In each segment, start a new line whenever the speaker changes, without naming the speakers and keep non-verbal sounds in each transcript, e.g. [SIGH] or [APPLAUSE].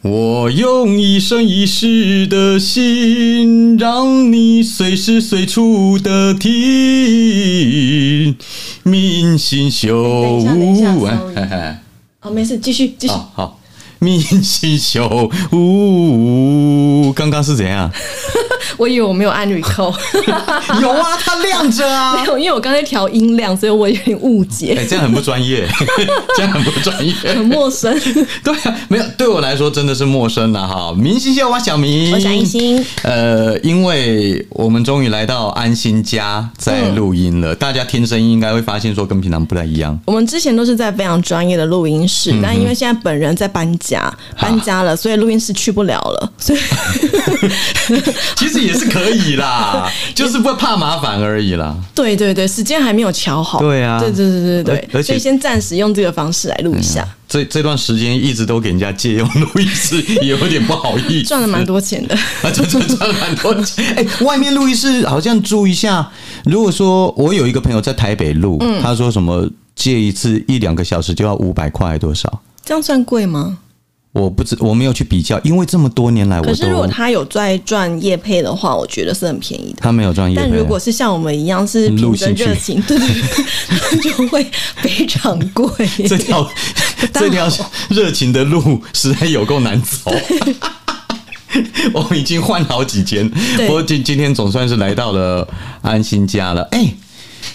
我用一生一世的心，让你随时随处的听，明心修
等一下等
无
一下
哎
稍微
哎哎，
哦，没事，继续继续。
好好，明心修无，刚刚是怎
[LAUGHS]
样？
[LAUGHS] 我以为我没有按 recall， [LAUGHS]
有啊，它亮着啊
没。有，因为我刚才调音量，所以我有点误
哎、
解，
这样很不专业， [LAUGHS] 这样很不专业。
[LAUGHS] 很陌生。
[LAUGHS] 对啊，没有对我来说真的是陌生了哈。明星秀，我小明，
我小明星。
呃，因为我们终于来到安心家在录音
嗯
了，大家听声音应该会发现说跟平常不太一样。
我们之前都是在非常专业的录音室，但
嗯
因为现在本人在搬家，搬家了，所以录音室去不了了，
[LAUGHS]
所以 [LAUGHS]
其实也是可以
[LAUGHS]
啦，就是不怕麻烦而已啦。
对对对，时间还没有瞧好。
对啊
对对对对
而而且嗯
对，所以先暂时用这个方式来录一下，
这这段时间一直都给人家借用录音室，也有点不好意思。
赚了蛮多钱的。 [LAUGHS]
啊，赚赚赚了蛮多钱。 [LAUGHS] 哎、外面录音室好像租一下。如果说我有一个朋友在台北录，
嗯
他说什么借一次一两个小时就要五百块，多少？
这样算贵吗？
我不知我没有去比较，因为这么多年来我
可
都
是如果他有在赚业配的话，我觉得是很便宜的。
他没有专业配啊，
但如果是像我们一样
嗯
是凭着热情，对 [LAUGHS] 对对，就会非常贵。
[LAUGHS] [LAUGHS] 这
[LAUGHS]
条
大好
这条热情的路实在有够难
[LAUGHS]
走。我们已经换好几间，
对
不过今今天总算是来到了安心家了。哎、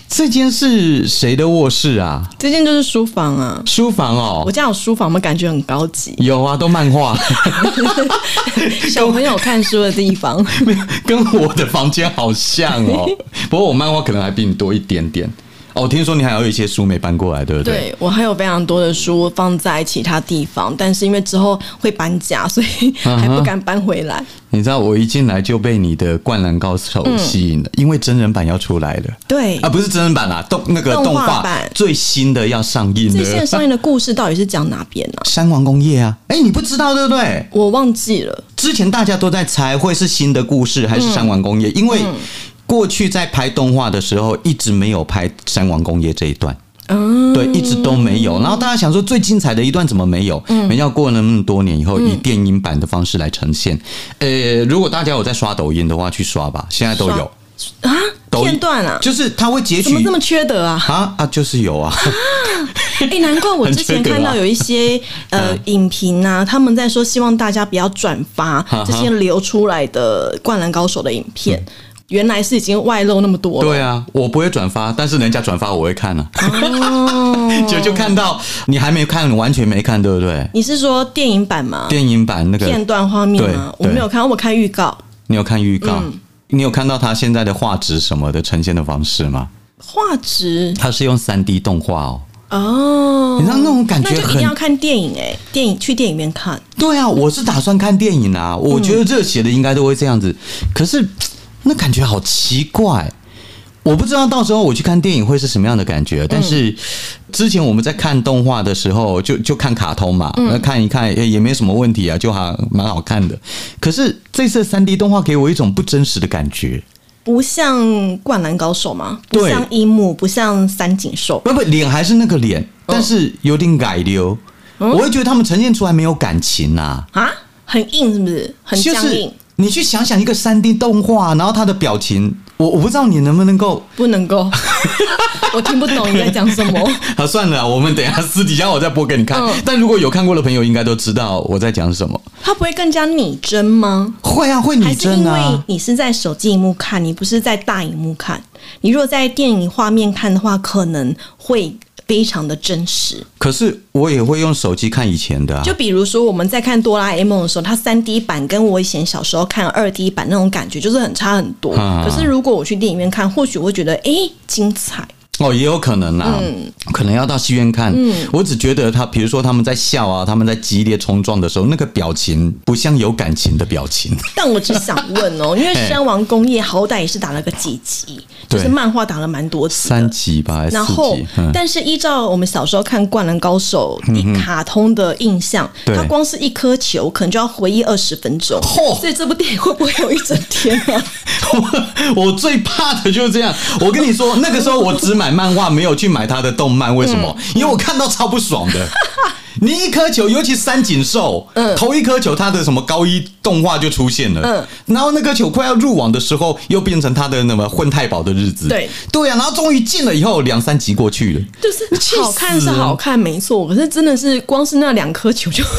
这间是谁的卧室啊？
这件就是书房啊，
书房哦，
我家有书房，我们感觉很高级，
[LAUGHS] 有啊，都漫画， [LAUGHS]
小朋友看书的地方。
跟我的房间好像哦。不过我漫画可能还比你多一点点。哦，听说你还有一些书没搬过来，对不对？
对我还有非常多的书放在其他地方，但是因为之后会搬家，所以
嗯
还不敢搬回来。
你知道我一进来就被你的《灌篮高手》吸引了，
嗯
因为真人版要出来了。
对
啊，，不是真人版啦，动那个动
动画
画
版
最新的要上映
这线上
了。
映的故事到底是讲哪边呢、
山王工业啊，哎、你不知道对不对？
我忘记了。
之前大家都在猜会是新的故事还是山王
嗯
工业，因为过去在拍动画的时候一直没有拍山王工业这一段。
哦
对，一直都没有。然后大家想说最精彩的一段怎么没有？
嗯
没想到过了那么多年以后，以电影版的方式来呈现。呃，如果大家有在刷抖音的话，去刷吧，现在都有
刷。啊，
抖音
片段啊，
就是它会截
怎么
取
这么缺德啊？
啊啊，就是有啊，
哎、难怪我之前
很缺德啊嗯
看到有一些呃影评啊，他们在说希望大家不要转发
哈嗯
这些流出来的《灌篮高手》的影片，原来是已经外露那么多了。
对啊，我不会转发，但是人家转发我会看啊，
哦，
[LAUGHS] 就就看到你还没看，完全没看，对不对？
你是说电影版吗？
电影版那个
片段画面吗？我
对对
没有看，我看预告。
你有看预告？你有看到它现在的画质什么的呈现的方式吗？
画质
它是用三 D 动画哦。
哦，
你知道那种感觉
那就一定
很
要看电影哎、电影去电影院看，
对啊，我是打算看电影啊，我觉得热血的应该都会这样子。可是嘖那感觉好奇怪，我不知道到时候我去看电影会是什么样的感觉。但是之前我们在看动画的时候，就就看卡通嘛，那看一看诶也没什么问题啊，就还蛮好看的。可是这次三 D 动画给我一种不真实的感觉。
不像《灌篮高手》吗？不
对
像樱木，不像三井寿。
不不，脸还是那个脸，
哦
但是有点改流。我会觉得他们呈现出来没有感情呐、
啊，很硬是不是？很
就
僵硬，
是你去想想一个三 D 动画，然后他的表情，我我不知道你能不能够。
不能够，我听不懂你在讲什么。
[LAUGHS] 啊，算了啊，我们等一下私底下我再播给你看。
嗯
但如果有看过的朋友，应该都知道我在讲什么。
它不会更加拟真吗？
会啊，会拟
还是
真
因为
啊，
你是在手机荧幕看，你不是在大荧幕看？你如果在电影画面看的话，可能会非常的真实。
可是我也会用手机看以前的啊
就。比如说我们在看哆啦 A 梦的时候，它三 D 版跟我以前小时候看二 D 版那种感觉就是很差很多。
啊
可是如果我去电影院看，或许我会觉得诶精彩。
哦，也有可能啊，
嗯
可能要到戏院看。我只觉得他，比如说他们在笑啊，他们在激烈冲撞的时候，那个表情不像有感情的表情。
但我只想问
[LAUGHS]
哦，因为
哎
山王工业好歹也是打了个几集，
对
就是漫画打了蛮多集
三
的。
集吧，还是
然
四
后
集？，嗯，
但是依照我们小时候看《灌篮高手》以卡通的印象，
对
它光是一颗球可能就要回忆二十分
[LAUGHS]
钟，
嚯
所以这部电影会不会有一整天
[LAUGHS]
啊？
[LAUGHS] 我最怕的就是这样。我跟你说，
嗯 [LAUGHS]
那个时候我只买漫画，没有去买他的动漫，为什么？因为我看到超不爽的。你一颗球，尤其三井寿，
嗯
投一颗球，他的什么高一动画就出现了，
嗯
然后那颗球快要入网的时候，又变成他的那么混太保的日子，
对
对呀、啊然后终于进了以后，两三集过去了，
就是
死
好看是好看，没错。可是真的是光是那两颗球就会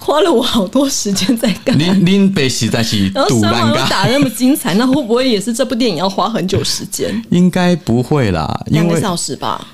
花了我好多时间在干。
林 [LAUGHS] 林北实在是
然后
堵
三
烂
网又
尬，
打得那么精
[LAUGHS]
彩，那会不会也是这部电影要花很久时间？
应该不会啦，
两
因
个
为
小时吧。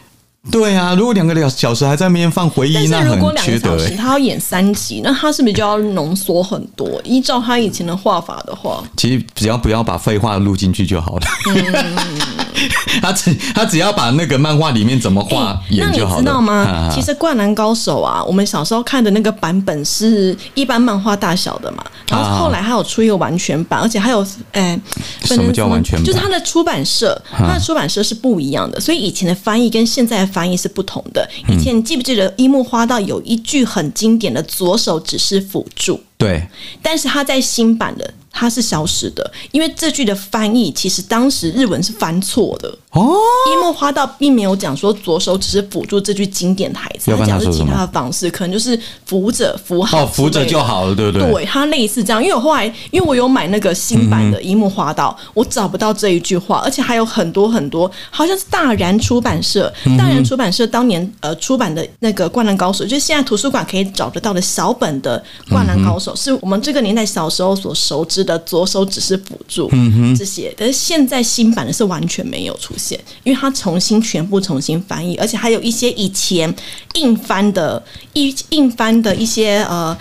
对啊，如果两个小时还在那边放回
但
忆，
是
那
如果
很
两
缺
个
德、
小
欸
时，。他要演三集，那他是不是就要浓缩很多？依照他以前的画法的话，
其实只要不要把废话录进去就好了。
嗯
[LAUGHS] 他只他只要把那个漫画里面怎么画
欸那
演
你
就好了。
知道吗？
啊
其实《灌篮高手》啊，我们小时候看的那个版本是一般漫画大小的嘛，
啊
然后后来还有出一个完全版，而且还有哎诶，
什么叫完全版
就是它的出版社，它的出版社是不一样的，所以以前的翻译跟现在的翻译是不同的。
嗯
以前你记不记得樱木花道有一句很经典的“左手只是辅助
对，”，
但是它在新版的它是消失的，因为这句的翻译其实当时日文是翻错的。
哦，
樱木花道并没有讲说左手只是辅助这句经典台词，
要不然
他
他
讲的
说
是其
什么
他的方式，可能就是扶着扶好
哦，扶着就
好。
好了，对不对？
对他类似这样，因为我后来因为我有买那个新版
嗯
的樱木花道，我找不到这一句话，而且还有很多很多，好像是大然出版社，
嗯
大然出版社当年呃出版的那个《灌篮高手》，就是现在图书馆可以找得到的小本的《灌篮高
嗯
手》，是我们这个年代小时候所熟知的左手只是辅助、
嗯
这些，但是现在新版的是完全没有出现，因为它重新全部重新翻译，而且还有一些以前硬翻的硬硬翻的一些呃。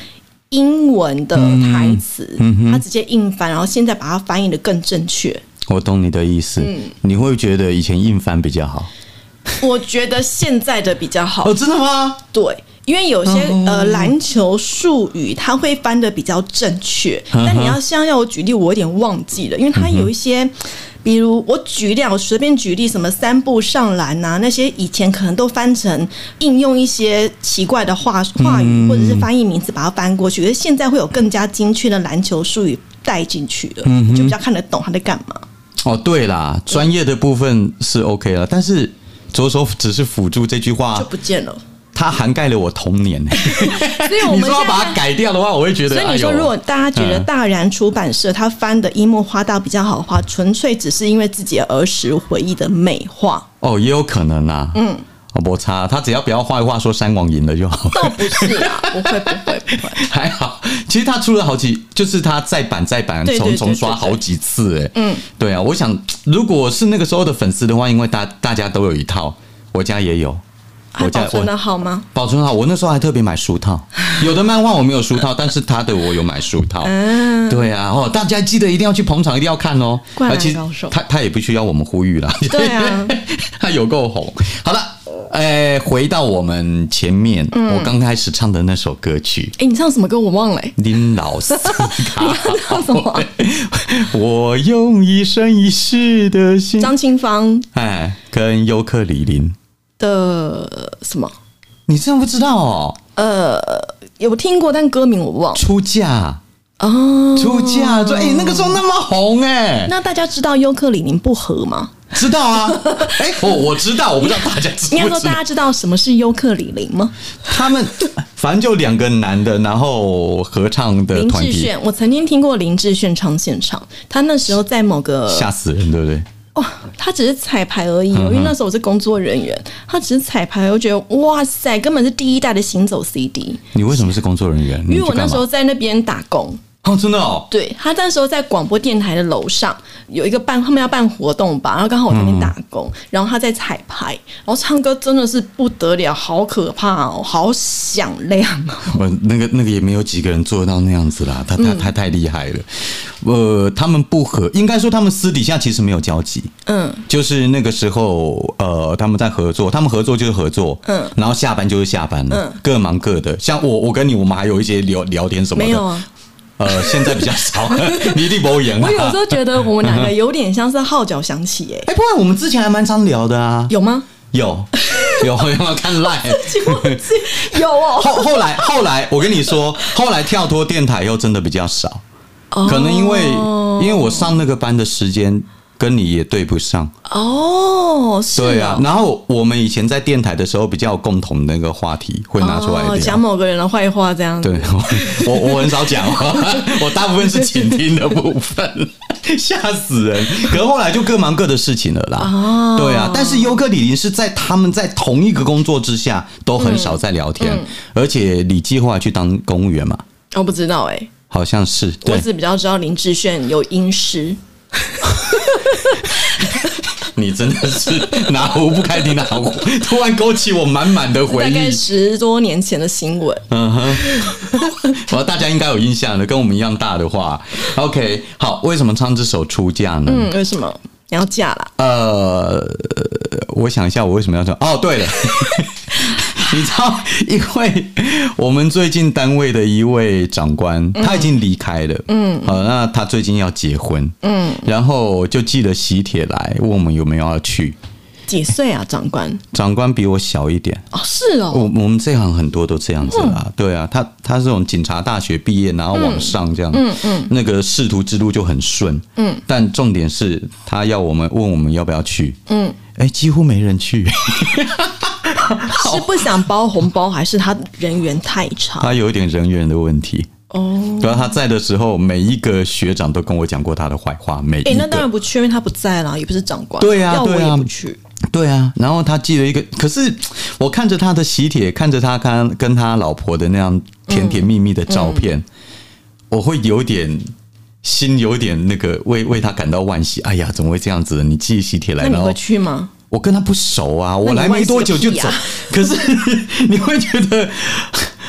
英文的台词，他直接硬翻，然后现在把它翻译的更正确。
我懂你的意思。
嗯
你会觉得以前硬翻比较好？
我觉得现在的比较好
哦，，真的吗？
对，因为有些
哦
呃篮球术语它会翻的比较正确，
嗯哼
但你要像要我举例，我有点忘记了，因为它有一
嗯
些，比如我举例啊，我随便举例什么三步上篮啊，那些以前可能都翻成应用一些奇怪的话话语或者是翻译名词把它翻过去，可是现在会有更加精确的篮球术语带进去的，
嗯
就比较看得懂他在干嘛。
哦，对啦，专业的部分是 OK 了，但是左手只是辅助这句
就
话，
不见了，
它涵盖了我童年。
所以我
[LAUGHS] 你
们
说要把它改掉的话，我会觉得，
所以
哎
你
呦
说，如果大家觉得
嗯
大然出版社他翻的樱木花道比较好的话，纯粹只是因为自己儿时回忆的美化，
哦，也有可能呐。嗯，哦，不差，他只要不要画一画说山王赢了就好，
倒不是啊， [LAUGHS] 不会不会不会，
[LAUGHS] 还好。其实他出了好几，就是他再版再版，
对对
重
对
重刷
对对
好几次。哎，
嗯，
对啊，我想如果是那个时候的粉丝的话，因为大大家都有一套，我家也有。
还
我家
保哎存的好吗？
保存好，我那时候还特别买书
[LAUGHS]
套，有的漫画我没有书套，但是他的我有买书套。
嗯，
对啊，哦，大家记得一定要去捧场，一定要看哦。
灌篮
而且
高手
他他也不需要我们呼吁啦，
对啊，
[LAUGHS] 他有够红。好了，哎、回到我们前面，
嗯
我刚开始唱的那首歌曲。
哎，你唱什么歌我忘
[LAUGHS]
了，哎
林老师，
你要 [LAUGHS] 唱什么？啊
我用一生一世的心，
张清芳
哎，跟尤克里林，
的什么？呃
你真不知道哦？
有听过，但歌名我
[LAUGHS]
忘了
出嫁，
哦。
出嫁，说哎、那个时候那么红哎、
那大家知道尤克里林不合吗？
知道
[LAUGHS]
啊，哎、我我知道，我不知道大家知
应该
不
说
知
大
道。
家知道什么是尤克里林吗？
他们反正就两个男的，然后合唱的
林
团
志
体，
炫，我曾经听过林志炫唱现场，他那时候在某个
吓死人，对不对？
哇、哦他只是彩排而已
嗯
哦、因为那时候我是工作人员，他只是彩排，我觉得哇塞，根本是第一代的行走 CD，
你为什么是工作人员？你
因为
去
我
干
那
嘛
时候在那边打工。
哦，真的哦，
对他那时候在广播电台的楼上有一个办，他们要办活动吧，然后刚好我在那边打
嗯
工，然后他在彩排，然后唱歌真的是不得了，好可怕哦，好响亮哦。
我那个那个也没有几个人做到那样子啦，他
嗯
他他太厉害了。呃，他们不合，应该说他们私底下其实没有交集。
嗯，
就是那个时候，呃，他们在合作，他们合作就是合作，嗯，然后下班就是下班了，
嗯
各忙各的。像我，我跟你，我们还有一些聊聊天什么的，
没有啊。
呃，现在比较少， [LAUGHS] 你立博言
我有
啊
时。候觉得我们两个有点像是号角响起、耶，
哎、不然我们之前还蛮常聊的啊，[LAUGHS]
有吗？
有有 [LAUGHS] 有没有看
[LAUGHS]
Line？
请问是有哦，
后后来后来，我跟你说，后来跳
哦
脱电台又真的比较少，可能因为因为我上那个班的时间跟你也对不上。
哦，是
对
哦
啊，然后我们以前在电台的时候比较有共同的那个话题会拿出来
哦
聊。
讲某个人的坏话这样子。
对， [LAUGHS] 我我我很少讲 [LAUGHS] 话，我大部分是倾听的部分， [LAUGHS] 吓死人。可是后来就各忙各的事情了啦。
哦
对啊，但是优客李林是在他们在同一个工作之下都很少在聊
嗯
天，而且李计划去当公务员嘛，
我不知道哎、
好像是对
我。只比较知道林志炫有阴湿，
你真的是哪壶不开提哪壶，突然勾起我满满的
大
回
概
忆。
十多年前的新闻。
嗯哼，我大家应该有印象的，跟我们一样大的话，OK，好，为什么唱这首出嫁呢？
嗯，为什么你要嫁啦？
呃，我想一下，我为什么要唱？哦，对了， [LAUGHS] 你知道，因为我们最近单位的一位长官，他已经离开了，嗯，好、那他最近要结婚，嗯，然后就寄了喜帖来问我们有没有要去。
几岁啊，长官？
长官比我小一点，
哦，是哦，
我我们这行很多都这样子啦，对啊，他他这种警察大学毕业，然后往上这样，嗯嗯，那个仕途之路就很顺，嗯，但重点是他要我们问我们要不要去，嗯，哎、几乎没人去， [LAUGHS]
是不想包红包，还是他人缘太差？
他有一点人缘的问题。
哦，
然后他在的时候，每一个学长都跟我讲过他的坏话，每一
哎、
个。
那当然不去，因为他不在啦，也不是长官。
对啊
要我
对啊
也不去。
对啊，然后他寄了一个，可是我看着他的喜帖，看着他跟跟他老婆的那样甜甜蜜蜜的照
嗯
片，我会有点心有点那个为为他感到惋惜。哎呀，怎么会这样子？你寄喜帖来，
那你
然后
会去吗？
我跟他不熟啊，
那
我
你
来没多久就
惋惜
走，
个屁啊
可是 [LAUGHS] 你会觉得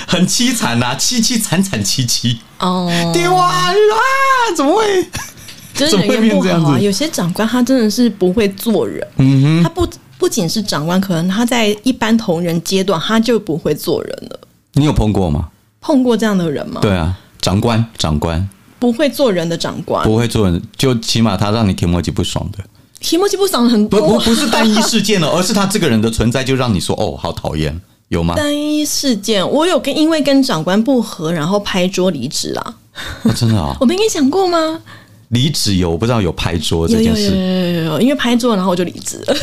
很凄惨呐、啊，凄凄惨惨戚戚，
哦，
丢啊啊，怎么会？
就是人
怎么会
缘不
变这
好
样
啊。
子嗯
有些长官他真的是不会做人，他不不仅是长官，可能他在一般同仁阶段他就不会做人了。
你有碰过吗？
碰过这样的人吗？
对啊，长官，长官。
不会做人的长官，
不会做人，就起码他让你 i m o j i 不爽的，
提莫基不爽很
不
多，
不不是单一事
[LAUGHS]
件了，哦而是他这个人的存在就让你说哦，好讨厌，有吗？
单一事件，我有跟因为跟长官不和，然后拍桌离职啦。
啊真的啊、
我没跟你讲过吗？
离职有我不知道有拍桌
有
这
有
件
有
事，
有有有，因为拍桌，然后我就离职了。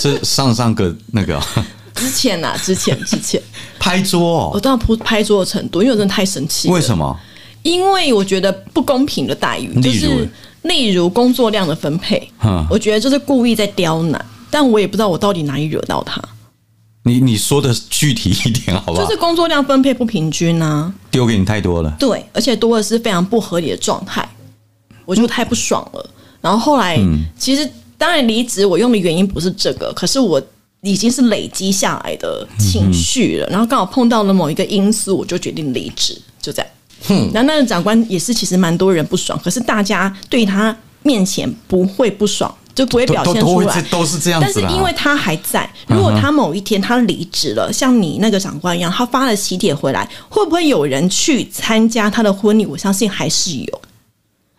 是上上个那个
[LAUGHS]
啊
之前啊，之前
[LAUGHS]
之前，
拍桌、
我
哦，
到拍拍桌的程度，因为我真的太生气。
为什么？
因为我觉得不公平的待遇，就
例如
是例如工作量的分配
嗯，
我觉得就是故意在刁难，但我也不知道我到底哪里惹到他，
你你说的具体一点好不好？
就是工作量分配不平均啊，
丢给你太多了，
对，而且多的是非常不合理的状态，我就太不爽了。然后后来，
嗯
其实当然离职我用的原因不是这个，可是我已经是累积下来的
嗯
情绪了，然后刚好碰到了某一个因素，我就决定离职，就这样。然后那个长官也是，其实蛮多人不爽，可是大家对他面前不会不爽，就不会
都
表
都
现
都
出
会
来
这。都是这样
但
子
是
啦。
因为他还在，如果他某一天他离职
嗯
了，像你那个长官一样，他发了喜帖回来，会不会有人去参加他的婚礼？我相信还是有。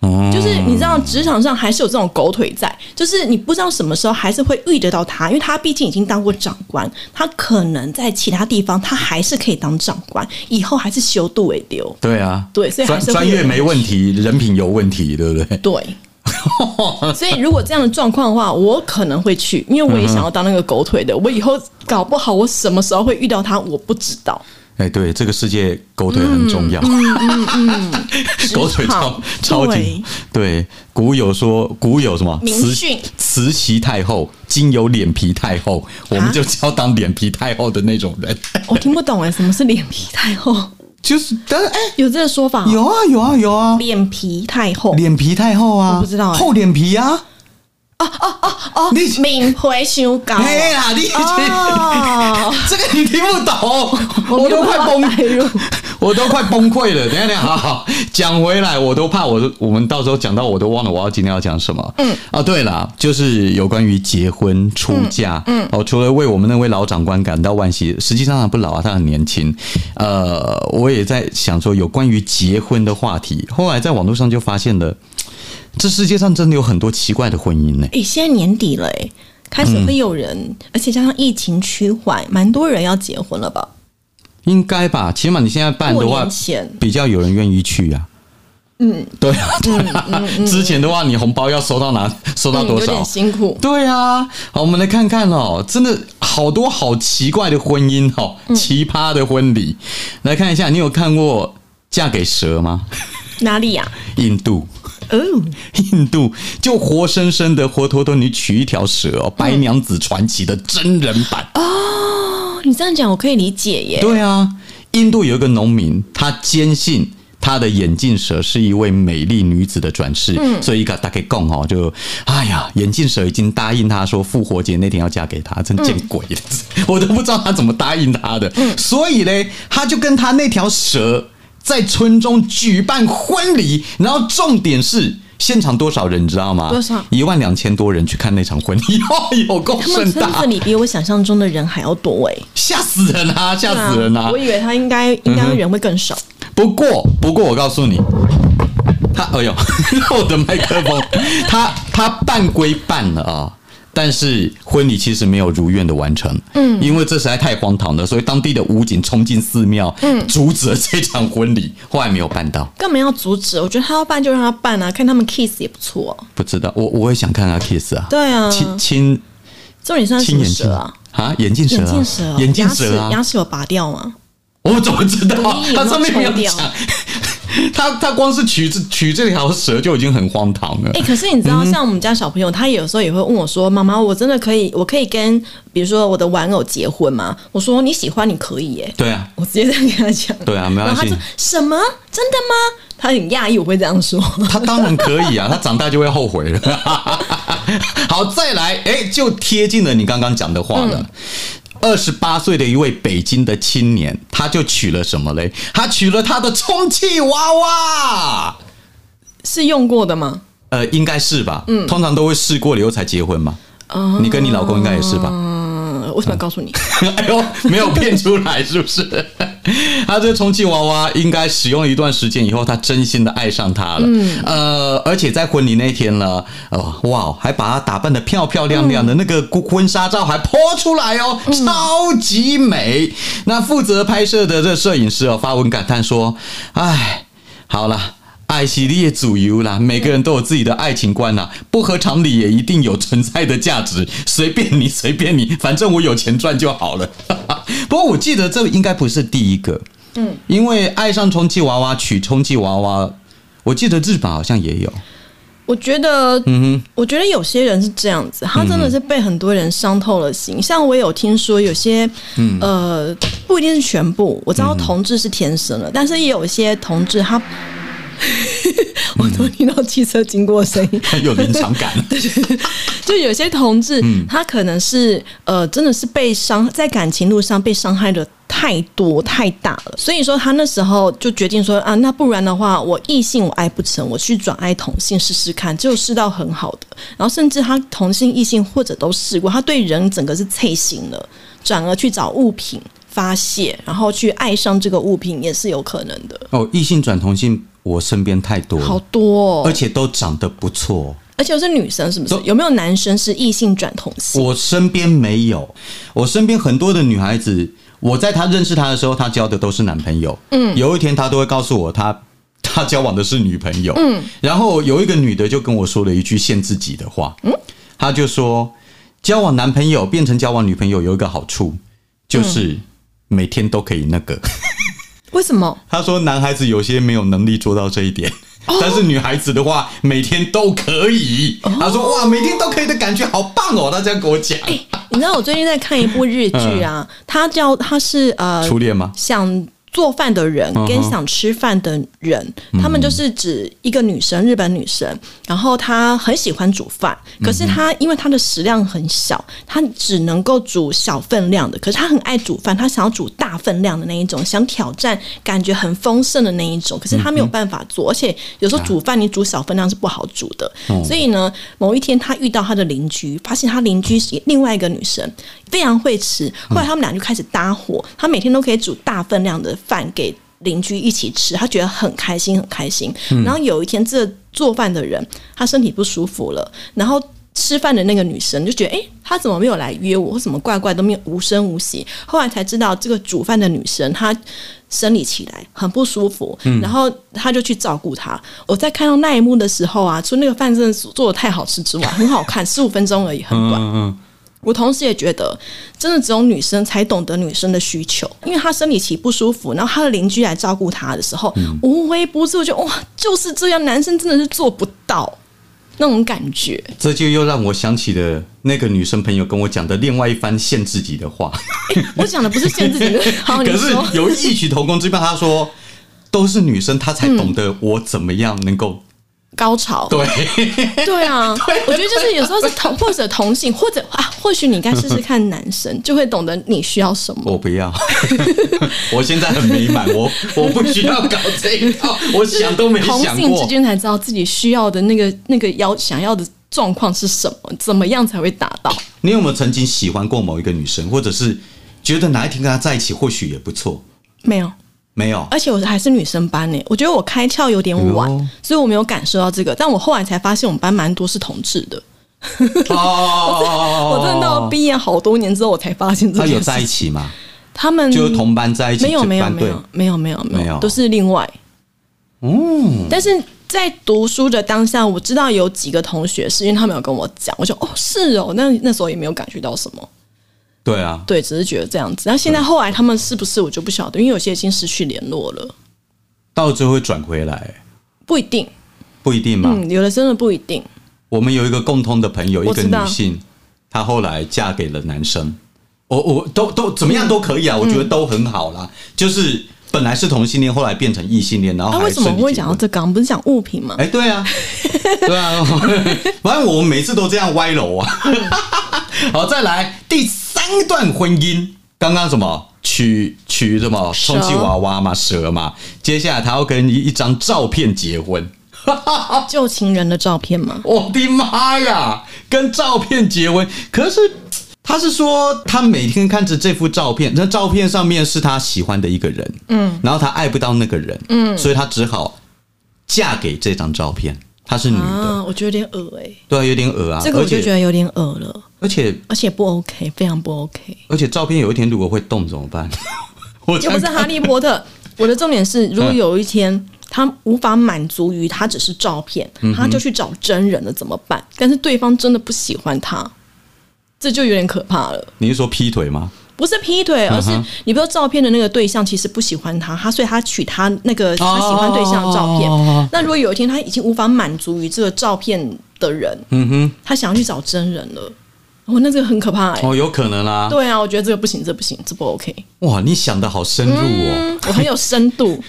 嗯
就是你知道，职场上还是有这种狗腿在，就是你不知道什么时候还是会遇得到他，因为他毕竟已经当过长官，他可能在其他地方他还是可以当长官，以后还是修度为丢。
对啊，
对所以还
专
是会
专
有
业
人
没问题，人品有问题，对不对？
对， [LAUGHS] 所以如果这样的状况的话，我可能会去，因为我也想要当那个狗腿的。我以后搞不好我什么时候会遇到他，我不知
[LAUGHS]
道。
哎、对，这个世界狗腿很重
嗯
要， [LAUGHS] 狗腿超超级对。古有说，古有什么？
明
慈
训
慈禧太后，今有脸皮太后，
啊
我们就要当脸皮太后的那种人。
我听不懂哎，什么是脸皮太厚？
[LAUGHS] 就是，但是哎、
有这个说法？
有啊，有啊，有啊，
哦脸皮太厚
脸皮太厚啊，
我不知道哎
厚脸皮啊。
哦啊
你，
敏回修
[LAUGHS]
高
哎呀，你、
哦，
这个你听不
[LAUGHS]
懂，我
没有
都快
办法
崩
代入
我都快崩溃了。等一下，等一下，好好讲回来，我都怕我都我们到时候讲到我都忘了我要今天要讲什么。嗯，啊，对了，就是有关于结婚出嫁。嗯，哦，除了为我们那位老长官感到惋惜，实际上他不老啊，他很年轻。呃，我也在想说有关于结婚的话题，后来在网络上就发现了，这世界上真的有很多奇怪的婚姻呢、
[LAUGHS] 哎，现在年底了哎，开始会有
嗯
人，而且加上疫情趋缓，蛮多人要结婚了吧？
应该吧？起码你现在办
过
的话
年，前
比较有人愿意去啊。嗯，对啊，对啊。之前的话，你红包要收到哪？收到
嗯，
多
有
少
点？辛苦。
对啊，好，我们来看看哦，真的好多好奇怪的婚姻哦，奇葩的婚礼。来看一下，你有看过《嫁给蛇》 [LAUGHS] 吗？
哪里呀、
印度。
哦，
印度就活生生的、活脱脱，你取一条蛇、哦，《白娘子传奇》的真人版。
哦，你这样讲我可以理解耶。
对啊，印度有一个农民，他坚信。他的眼镜蛇是一位美丽女子的转世，
嗯
所以一个大概供哦，就哎呀，眼镜蛇已经答应他说复活节那天要嫁给他，真见鬼了，
嗯
[LAUGHS] 我都不知道他怎么答应他的。所以嘞，他就跟他那条蛇在村中举办婚礼，然后重点是现场多少人，你知道吗？
多少
一万两千多人去看那场婚礼， [LAUGHS] 哦，有够
他们
盛
村
大
子，里比我想象中的人还要多哎，
吓死人啊，吓死人啊！
我以为他应该应该人会更少。
不过，不过我告诉你，他，哎呦， [LAUGHS] 我的麦克风，他他办归办了啊、但是婚礼其实没有如愿的完成，嗯，因为这实在太荒唐了，所以当地的武警冲进寺庙，嗯，阻止了这场婚礼，后来没有办到，
干嘛要阻止？我觉得他要办就让他办啊，看他们 kiss 也不错、哦。
不知道，我我也想看他 kiss 啊，
对啊
亲亲
重点算什
亲
么
眼
蛇
睛
啊？
啊，眼镜蛇
眼
啊，
镜蛇啊，
眼镜蛇啊
牙齿，牙齿有拔掉吗？
我怎么知道
我以？为
[LAUGHS] 他上面没有
抽掉
讲，他他光是取这取这条蛇就已经很荒唐了
哎、。可是你知道，
嗯
像我们家小朋友，他有时候也会问我说：“妈妈，我真的可以，我可以跟比如说我的玩偶结婚吗？”我说：“你喜欢，你可以耶、
对啊，
我直接这样跟他讲。
对啊没关
然后他
系
说什么？真的吗？他很讶异我会这样说。
他当然可以啊，他长大就会后悔了。 [LAUGHS] 好，再来，哎、就贴近了你刚刚讲的话了。二十八岁的一位北京的青年，他就娶了什么嘞？他娶了他的充气娃娃，
是用过的吗？
呃，应该是吧？嗯，通常都会试过了以后才结婚嘛。
哦
你跟你老公应该也是吧？
嗯，为什么要告诉你？
[LAUGHS] 哎呦，没有骗出来是 [LAUGHS] 不是？他这个充气娃娃应该使用了一段时间以后，他真心的爱上它了。呃，而且在婚礼那天呢，哦，哇，还把她打扮的漂漂亮亮的，那个婚纱照还泼出来哦，超级美。那负责拍摄的这摄影师哦，发文感叹说：“哎，好了。”爱惜你的主由啦，每个人都有自己的爱情观啦，不合常理也一定有存在的价值，随便你，随便你，反正我有钱赚就好了。 [LAUGHS] 不过我记得这应该不是第一个，嗯，因为爱上充气娃娃娶充气娃娃，我记得日本好像也有， [LAUGHS]
我觉得，嗯我觉得有些人是这样子，他真的是被很多人伤透了心。像我有听说有些，呃，不一定是全部，我知道同志是天生的，但是也有一些同志他。 [LAUGHS] 我都听到汽车经过的声音，
有临场 [LAUGHS] 感。
就有些同志，他可能是呃，真的是被伤在感情路上被伤害的太多太大了，所以说他那时候就决定说啊，那不然的话，我异性我爱不成，我去转爱同性试试看，就试到很好的，然后甚至他同性异性或者都试过，他对人整个是脆醒了，转而去找物品。发泄，然后去爱上这个物品也是有可能的，
哦，异性转同性，我身边太多
好
了，
多、
而
哦。
且都长得不错。哦
而且我是女生，是不是
都？
有没有男生是异性转同性？
我身边没有，我身边很多的女孩子，我在她认识她的时候，她交的都是男朋友。嗯，有一天她都会告诉我，她 [LAUGHS] 她交往的是女朋友。嗯，然后有一个女的就跟我说了一句限自己的话，嗯，她就说，交往男朋友变成交往女朋友有一个好处，就是每天都可以那个。 [LAUGHS]
为什么？
她说男孩子有些没有能力做到这一点。但是女孩子的话，每天都可以。她说：“哇，每天都可以的感觉好棒哦！”她这样跟我讲。
你知道我最近在看一部日剧啊，它叫它是呃
初恋吗？
想做饭的人
嗯哼嗯
跟想吃饭的人，他们就是指一个女生，日本女生，然后她很喜欢煮饭，
嗯
可是她因为她的食量很小，她只能够煮小分量的，可是她很爱煮饭，她想要煮大分量的那一种，想挑战感觉很丰盛的那一种，可是她没有办法
嗯
做，而且有时候
啊
煮饭你煮小分量是不好煮的，
哦
所以呢，某一天她遇到她的邻居，发现她邻居是另外一个女生，非常会吃。后来他们俩就开始搭伙，她每天都可以煮大分量的饭给邻居一起吃，她觉得很开心，很开心。然后有一天，这做饭的人她身体不舒服了，然后。吃饭的那个女生就觉得，哎、她怎么没有来约我，或怎么怪怪都没有无声无息。后来才知道，这个煮饭的女生她生理起来，很不舒服，然后他就去照顾他。我在看到那一幕的时候啊，除了那个饭真的做的太好吃之外，很好看，十五分钟而已，很
嗯
短。
嗯嗯，
我同时也觉得，真的只有女生才懂得女生的需求，因为她生理期不舒服，然后她的邻居来照顾她的时候，
嗯
无微不至，我就哇，哦就是这样，男生真的是做不到那种感
[LAUGHS]
觉。
这就又让我想起了那个女生朋友跟我讲的另外一番限制级的话，
我讲的不是限
[LAUGHS]
制你，好，哦你
可是
说，
有异曲同工之妙。她说都是女生，她才懂得我怎么样能够、
高潮，
对。
对啊，
[LAUGHS]
我觉得就是有时候是同或者同性，或者啊，或许你该试试看男生，就会懂得你需要什么。
我不
[LAUGHS]
要，我现在很美满，我我不需要搞这一
[LAUGHS]
套， [LAUGHS] 我想都没
同
想
性之
过。
间才知道自己需要的那个那个要想要的状况是什么，怎么样才会达
[LAUGHS]
到。
你有没有曾经喜欢过某一个女生，或者是觉得哪一天跟她在一起或许也不错？
没有，
没有，
而且我还是女生班呢，我觉得我开窍有点晚，
哎呦
所以我没有感受到这个。但我后来才发现，我们班蛮多是同志的。
哦
我真的到毕业好多年之后，我才发现这
他
件事。
有在一起吗？
他们
就是同班在一起，
没有
就
嗯没有
班
没
队
有没有没有没
没有
有，都是另外。嗯，但是在读书的当下，我知道有几个同学是因为他们有跟我讲，我就哦是哦，那那时候也没有感觉到什么，
对啊，
对，只是觉得这样子。然后现在后来他们是不是我就不晓得，因为有些已经失去联络了，
到最后会转回来，
不一定，
不一定嘛。
嗯，有的真的不一定。
我们有一个共通的朋友，一
我
个
知道
女性，她后来嫁给了男生。我我都都怎么样都可以
嗯
啊，我觉得都很好啦。就是本来是同性恋，后来变成异性恋，然后
那、
还
啊为什么
顺利
会
结
讲到
婚
这个？我们不是讲物品吗？
哎、对啊，对啊，
[LAUGHS]
反正我们每次都这样歪楼啊。 [LAUGHS] 好，再来第三段婚姻，刚刚什么娶娶什么
蛇
充气娃娃嘛，蛇嘛，接下来他要跟一一张照片结婚。
旧情人的照片吗？
我的妈呀，跟照片结婚，可是。他是说，他每天看着这幅照片，那照片上面是他喜欢的一个人，嗯，然后他爱不到那个人，嗯，所以他只好嫁给这张照片。她是女的，
啊，我觉得有点恶哎、
对啊，有点恶啊。
这个我就
而且
觉得有点恶了，
而且
而且不 OK，非常不 OK。
而且照片有一天如果会动怎么
[LAUGHS]
办？我
又不
真
是
的
哈利波特。 [LAUGHS] 嗯我的重点是，如果有一天他无法满足于他只是照片，他就去找真人了怎么办？但是对方真的不喜欢他，这就有点可怕了。
你是说劈腿吗？
不是劈腿，而是
嗯哼
你不知道照片的那个对象其实不喜欢他，他所以他取他那个他喜欢对象的照片。
哦
那如果有一天他已经无法满足于这个照片的人，
嗯哼，
他想要去找真人了，哦，那这个很可怕哎、
哦，有可能啊。
对啊，我觉得这个不行，这不行，这不 OK。
哇，你想的好深入哦，
嗯，我很有深度。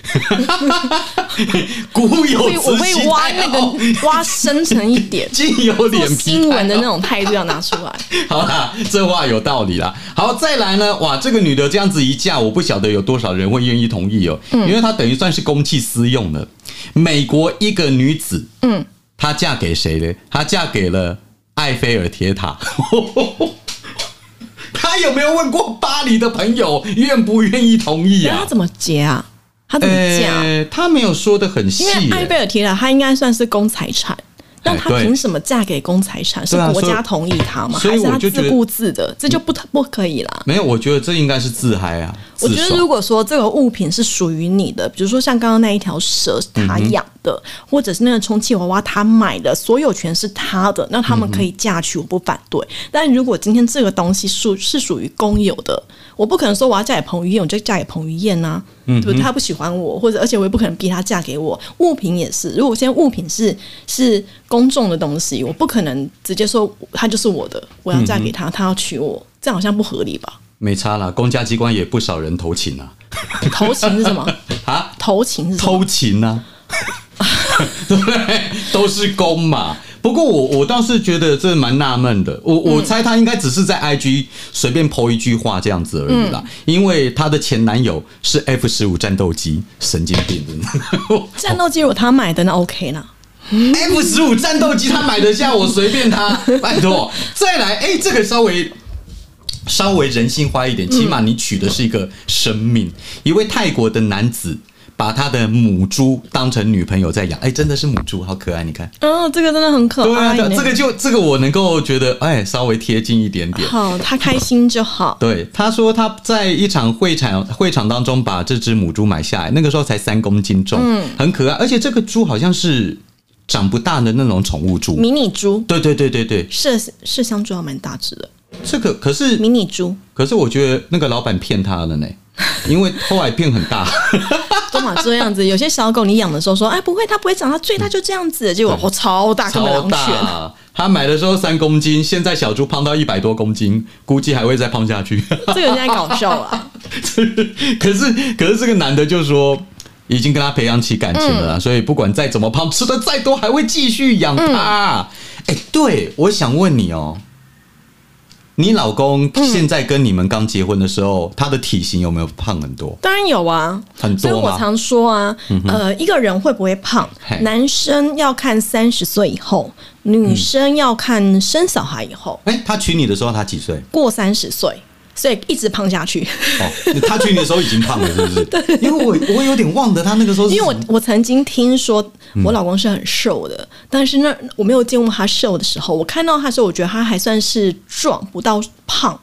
[LAUGHS] 古有
所以我
慈
会
禧
挖
太
那
[LAUGHS] 后，，
个挖深层一点
今哦 [LAUGHS] 有
做
脸皮哦
新闻的那种态度要拿出
[LAUGHS]
来。
好啦，这话有道理啦。好，再来呢，哇，这个女的这样子一嫁，我不晓得有多少人会愿意同意哦，
嗯
因为她等于算是公器私用了。美国一个女子，嗯，她嫁给谁呢？她嫁给了埃菲尔铁塔。 [LAUGHS] 她有没有问过巴黎的朋友愿不愿意同意
那他
啊？
怎么结啊？他怎么嫁？啊
呃，她没有说的很细
因为
耶、
埃菲尔提了，他应该算是公财产。那他
对
凭什么嫁给公财产？是
对啊
国
所以
家同意他吗？
所
还
以
是
我
他
就觉得
自顾自的？这就不不可以啦。
没有，我觉得这应该是自嗨啊，自
我觉得，
爽。
如果说这个物品是属于你的，比如说像刚刚那一条蛇是他养的，或者是那个充气娃娃他买的，所有权是他的，那他们可以嫁娶，我不反对。但如果今天这个东西属是属于公有的，我不可能说我要嫁给彭于晏，我就嫁给彭于晏呐、对不对？他不喜欢我，或者而且我也不可能逼他嫁给我。物品也是，如果现在物品是是公众的东西，我不可能直接说他就是我的，我要嫁给他，他要娶我，这样好像不合理吧？
没差啦，公家机关也不少人投情啊，
投情是什么？
啊，
投情是什么？
偷情啊， [LAUGHS] 对不对？都是公嘛。不过我我倒是觉得这蛮纳闷的，我
嗯
我猜他应该只是在 IG 随便 PO 一句话这样子而已啦，
嗯
因为她的前男友是 F 十五战斗机，神经病真的
战斗机如果他买的那 OK 啦，
F 十五战斗机他买得下，我随便
[LAUGHS]
他，拜托。再来，哎、这个稍微
嗯
稍微人性化一点，起码你娶的是一个生命。一位泰国的男子把他的母猪当成女朋友在养，哎、真的是母猪，好可爱，你看。
嗯，这个真的很可
对啊，
爱
对
呢。
啊这个就这个我能够觉得，哎，稍微贴近一点点。
好，他开心就好。
对，他说他在一场会场会场当中把这只母猪买下来，那个时候才三公斤重，
嗯
很可爱，而且这个猪好像是长不大的那种宠物猪。
迷你猪，
对对对对对，
麝麝香猪还蛮大只的，
这个可是
迷你猪，
可是我觉得那个老板骗他了呢，因为后来变很
[LAUGHS]
大，
都嘛这样子。
[LAUGHS]
有些小狗你养的时候说，哎，不会，它不会长，它最大就这样子，结果我超大，根本
超
狼犬。
大。他买的时候三公斤，现在小猪胖到一百多公斤，估计还会再胖下去。 [LAUGHS]
这个人在搞笑啊，
可是可是这个男的就说。已经跟他培养起感情了啦、
嗯
所以不管再怎么胖，吃的再多，还会继续养
嗯
他。哎、对，我想问你哦，你老公
嗯
现在跟你们刚结婚的时候，他的体型有没有胖很多？
当然有啊。
很
所以
多
我
吗？
常说啊，呃，一个人会不会胖
嘿，
男生要看三十岁以后，女生要看生小孩以后，
哎、他娶你的时候他几岁？
过三十岁，所以一直胖下去。
哦，他娶你的时候已经胖了，是
[LAUGHS]
不是？对，因为我我有点忘了他那个时候是
因为
什么， [LAUGHS]
我我曾经听说我老公是很瘦的，但是那我没有见过他瘦的时候，我看到他的时候，我觉得他还算是壮，不到胖。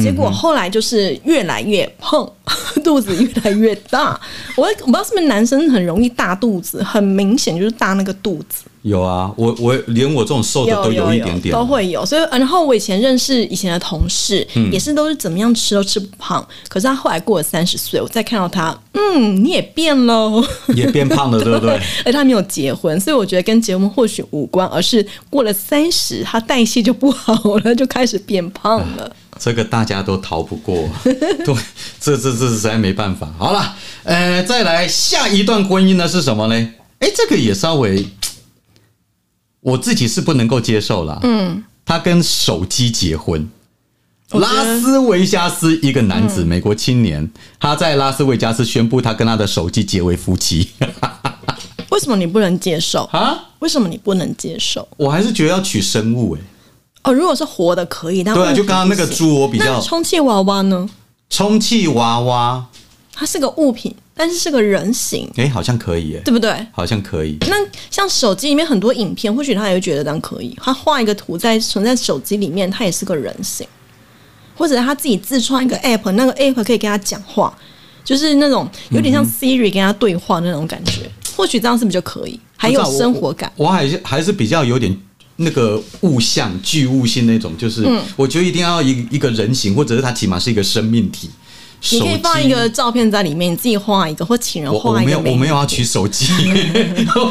结果后来就是越来越胖， [LAUGHS] 肚子越来越大。我我不知道是不是男生很容易大肚子，很明显就是大那个肚子，
有啊，我我连我这种瘦的哦都
有
一点点，
都会有。所以，呃然后我以前认识以前的同事，也是都是怎么样吃都吃不胖，可是他后来过了三十岁，我再看到他，嗯，你也变喽。
也变胖了，对不对？
[LAUGHS] 而他没有结婚，所以我觉得跟结婚或许无关，而是过了三十，他代谢就不好了，就开始变胖了。
这个大家都逃不过， [LAUGHS] 对，这这这实在没办法。好了，呃，再来下一段婚姻呢是什么呢？哎，这个也稍微我自己是不能够接受啦。嗯，他跟手机结婚。
我觉
拉
得嗯
斯维加斯一个男子，美国青年，他在拉斯维加斯宣布他跟他的手机结为夫妻 [LAUGHS] 嗯
为什么你不能接受？
啊！
为什么你不能接受？
我还是觉得要取生物哎、
哦，如果是活的可以，但
对啊，
物
就
品
刚刚那个
不行
猪，我比
那
较
充气娃娃呢？
充气娃娃，
它是个物品，但是是个人形，
哎、好像可以哎、
对不对？
好像可以。
那像手机里面很多影片，或许他也会觉得当可以。他画一个图在存在手机里面，他也是个人形，或者他自己自创一个 app，那个嗯 app 可以跟他讲话，就是那种有点像 Siri 跟他对话那种感觉。或许这样是不是就可以？还有
不知道
生活感。
我我我还是还是比较有点那个物象、具物性那种，就是、
嗯
我觉得一定要一一个人形，或者是它起码是一个生命体。
你可以
手
放
机
一个照片在里面，你自己画一个，或请人
我我
画一
没
个。
有我没有要取手机， [LAUGHS]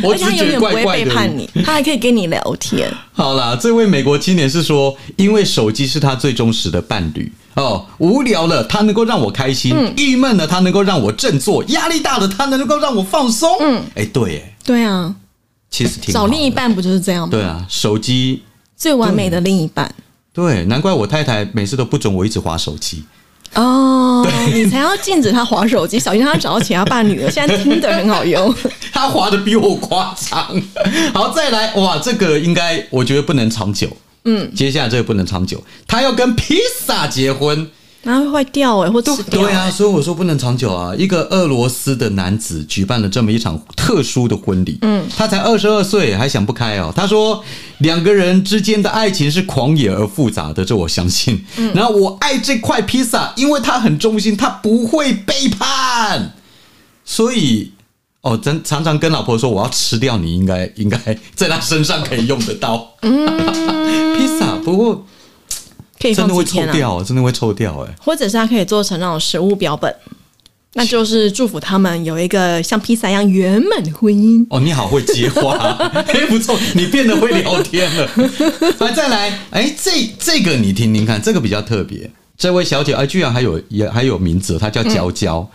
我
而
只
且
是觉得
他永远不
怪
会
怪
背叛
的。 [LAUGHS]
你，他还可以跟你聊天。
好啦，这位美国青年是说，因为手机是他最忠实的伴侣哦，无聊了他能够让我开心，
嗯
郁闷了他能够让我振作，压力大了他能够让我放松。嗯，哎、对，哎，
对啊，
其实挺
找
好
另一
的
半不就是这样吗？
对啊，手机
最完美的另一半。
对，难怪我太太每次都不准我一直划手机。 [LAUGHS]
哦，你才要禁止他划手机，小心他找到其他伴侣了。现在听的很好
[LAUGHS]
用，
她划的比我夸张。好，再来，哇，这个应该我觉得不能长久。嗯，接下来这个不能长久，她要跟披萨结婚。
然后会坏掉哎、或吃掉、
对啊，，所以我说不能长久啊。一个俄罗斯的男子举办了这么一场特殊的婚礼，嗯，他才二十二岁，还想不开哦。他说，两个人之间的爱情是狂野而复杂的，这我相信。
嗯
然后我爱这块披萨，因为它很忠心，它不会背叛。所以，哦，咱常常跟老婆说我要吃掉你，应该应该在她身上可以用得到。 [LAUGHS] 披萨，不过
可以
真
放
的会
嗯几
臭
天啊，
掉哦，真的会臭掉哎、
或者是他可以做成那种食物标本，那就是祝福他们有一个像披萨一样圆满的婚姻。
哦，你好会接话，哎、不错，你变得会聊天了。来，再来，哎、这这个你听听看，这个比较特别。这位小姐，哎、居然还有也还有名字，她叫娇娇。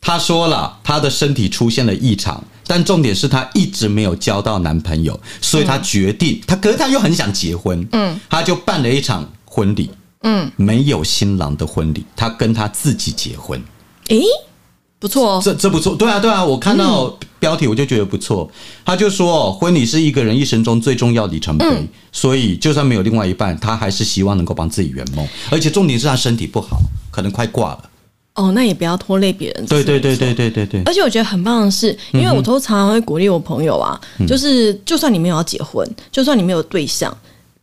她说了，她的身体出现了异常，但重点是她一直没有交到男朋友，所以她决定，她可是她又很想结婚，嗯，她就办了一场婚礼，嗯，没有新郎的婚礼，她跟她自己结婚。
诶、不错哦，嗯
这这不错，对啊对啊，我看到标题我就觉得不错。他就说，婚礼是一个人一生中最重要的里程碑，
嗯
所以就算没有另外一半，他还是希望能够帮自己圆梦。而且重点是他身体不好，可能快挂了。
哦，那也不要拖累别人。
对对对对对对对，
而且我觉得很棒的是，因为
嗯
我都常常会鼓励我朋友啊，就是就算你没有要结婚，就算你没有对象，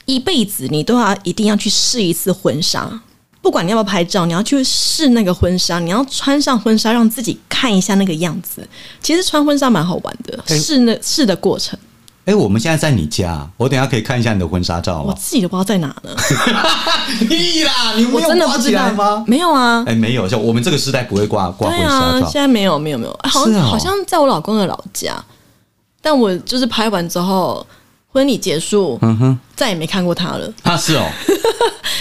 一辈子你都要一定要去试一次婚纱。不管你要不要拍照，你要去试那个婚纱，你要穿上婚纱，让自己看一下那个样子。其实穿婚纱蛮好玩的，
哎
试那试的过程，
哎、我们现在在你家，我等一下可以看一下你的婚纱照啊
我
吗？
自己都不知道在哪呢，
屁啦，你 [LAUGHS]
我
没
真
有
的
挂
不
起
知
来
道
吗？
没有啊
哎、，没有，像我们这个时代不会挂挂婚
对
纱
啊，
照
现。在没有没有没有，好像、
是哦
好像在我老公的老家，但我就是拍完之后，婚礼结束，
嗯哼，
再也没看过他了。
啊是哦，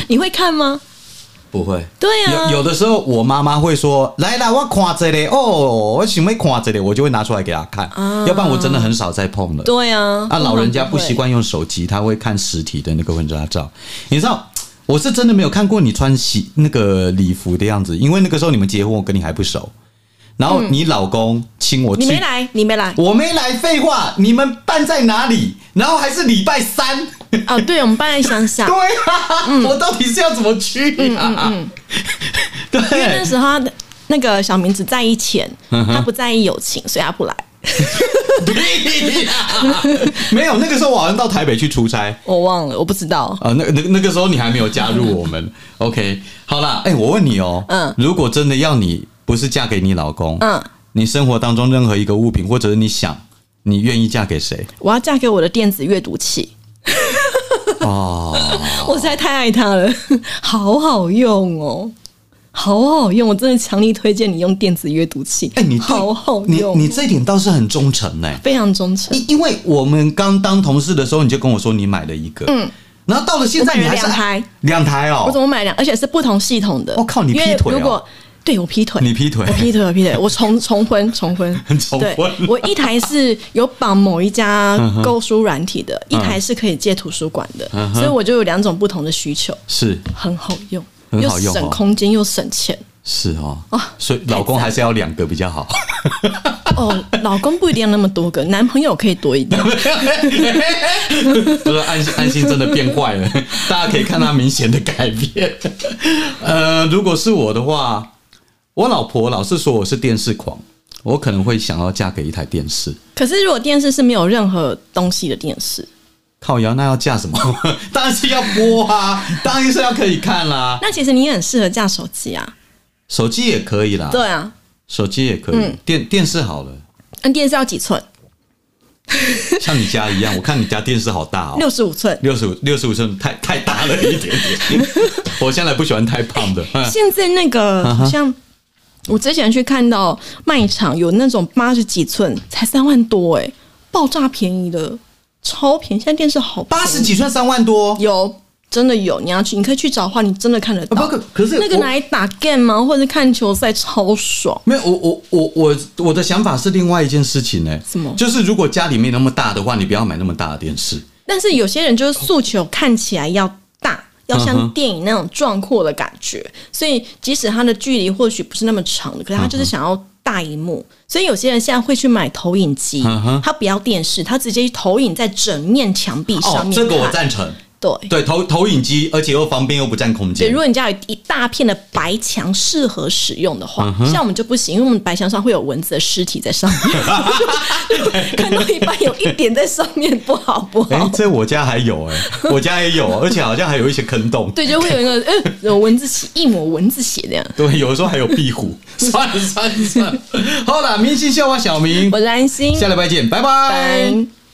你会看吗？
不会。
对啊，
有有的时候，我妈妈会说：“来啦，我看这里哦，我想要看这里，我就会拿出来给她看。
啊
要不然我真的很少再碰了。
对啊，
啊，老人家不习
惯。
惯用手机，他会看实体的那个婚纱照。你知道，我是真的没有看过你穿喜那个礼服的样子，因为那个时候你们结婚，我跟你还不熟。然后你老公请我去，
嗯你没来，你没来
我没来，废话，你们办在哪里？然后还是礼拜
[LAUGHS]
三。
啊？对，我们搬在乡下，
对啊，
嗯
我到底是要怎么去啊？ [LAUGHS] [LAUGHS] 对，
因为那时候他那个小明只在意钱，
嗯哼
他不在意友情，所以他不来。
屁啊 [LAUGHS] 没有，那个时候我好像到台北去出差
我忘了，我不知道。
啊、那那那个时候你还没有加入我们。OK，好啦，哎、我问你哦，
嗯
如果真的要你不是嫁给你老公，
嗯，
你生活当中任何一个物品，或者是你想，你愿意嫁给
[LAUGHS]
谁？
我要嫁给我的电子阅读器，
哦，
我实在太爱它了，好好用哦。好好用，我真的强力推荐你用电子阅读器。
哎、你对
好好
你
用，
你这一点倒是很忠诚哎、
非常忠诚。
因因为我们刚当同事的时候，你就跟我说你买了一个，嗯，然后到了现在
我买
你
了
还是
两台
两台哦，
我怎么买两，而且是不同系统的。
我靠你劈
因为
腿哦
如果对我劈腿，
你劈腿，
我劈腿，我劈腿，我重重婚，重婚
重婚嗯
对，我一台是有绑某一家购书软体的，一台是可以借图书馆的，
嗯哼
所以我就有两种不同的需求，
是
很好用，
很好用
又
哦
省空间又省钱。
是哦
啊，
所以老公还是要两个比较好。
哦，老公不一定要那么多个，男朋友可以多一点。
[LAUGHS] 就是安心安心真的变坏了，大家可以看他明显的改变。 [LAUGHS] 呃，如果是我的话，我老婆老是说我是电视狂，我可能会想要嫁给一台电视。
可是如果电视是没有任何东西的电视，
靠摇，那要嫁什么？ [LAUGHS] 当然是要播啊，当然是要可以看啦。
那其实你也很适合架手机啊。
手机也可以啦，
对啊，
手机也可以。电电视好了，
那电视要几寸？
像你家一样，我看你家电视好大哦，
六十五寸。
[LAUGHS] 六十五六十五寸太太大了一点点。我现在不喜欢太胖 [LAUGHS] 的。嗯
现在那个好像我之前去看到卖场有那种八十几寸，才三万多哎、爆炸便宜的，超便宜。现在电视好便宜
八十几寸三万多，
有。真的有，你要去，你可以去找的话，你真的看得到。
啊不可可是
那个
我
拿来打 game 吗？或者是看球赛超爽。
没有，我我我我我的想法是另外一件事情呢、
什么
就是如果家里没那么大的话，你不要买那么大的电视。
但是有些人就是诉求看起来要大，要
嗯
像
哼
电影那种壮阔的感觉，所以即使它的距离或许不是那么
嗯
长的，可是他就是想要大荧幕。所以有些人现在会去买投影机
嗯哼，
他不要电视，他直接投影在整面墙壁上
哦
面，看。
这个我赞成。
对。
对，投投影机，而且又方便又不占空
对，
间
如。果你家有一大片的白墙适合使用的话，像我们就不行，因为我们白墙上会有蚊子的尸体在上
[LAUGHS]
面，看到一半有一点在上面，不好不好。
哎、这我家还有哎、
[LAUGHS]
我家也有，而且好像还有一些坑洞。
对，就会有一个呃，有蚊子血，一抹蚊子血这样。
对，有的时候还有壁
[LAUGHS]
虎。算了算了算了，好了，明星笑话小明，
我是安心，
下礼拜见，拜拜
拜。